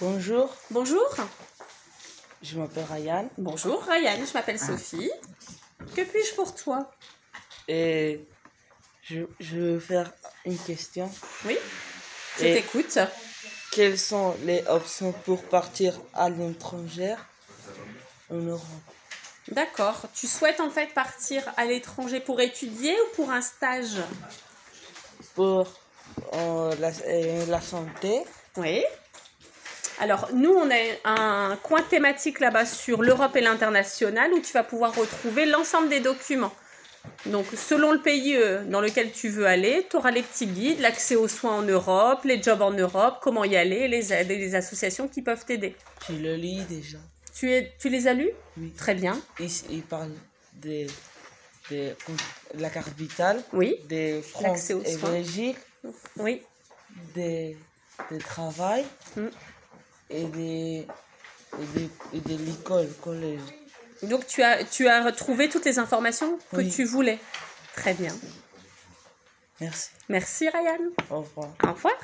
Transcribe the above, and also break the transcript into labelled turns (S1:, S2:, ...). S1: Bonjour,
S2: Bonjour.
S1: je m'appelle Ryan
S2: Bonjour Ah. Ryan, je m'appelle Sophie. Que puis-je pour toi
S1: et je, je veux faire une question.
S2: Oui, je
S1: Et-
S2: t'écoute.
S1: Quelles sont les options pour partir à l'étranger en Europe
S2: D'accord. Tu souhaites en fait partir à l'étranger pour étudier ou pour un stage
S1: pour euh, la, euh, la santé
S2: Oui. Alors, nous, on a un coin thématique là-bas sur l'Europe et l'international où tu vas pouvoir retrouver l'ensemble des documents. Donc, selon le pays euh, dans lequel tu veux aller, tu auras les petits guides, l'accès aux soins en Europe, les jobs en Europe, comment y aller, les aides et les associations qui peuvent t'aider.
S1: Je le lis déjà.
S2: Tu, es, tu les as lus
S1: Oui.
S2: Très bien.
S1: Ici, il parle de, de, la capitale,
S2: Oui.
S1: de France
S2: L'accès aux
S1: et
S2: soins.
S1: Belgique,
S2: Oui.
S1: de, de travail
S2: Mm.
S1: et de, et de, et de l'école, collège.
S2: Donc, tu as, tu as retrouvé toutes les informations que
S1: Oui.
S2: tu voulais. Très bien.
S1: Merci.
S2: Merci, Ryan.
S1: Au revoir.
S2: Au revoir.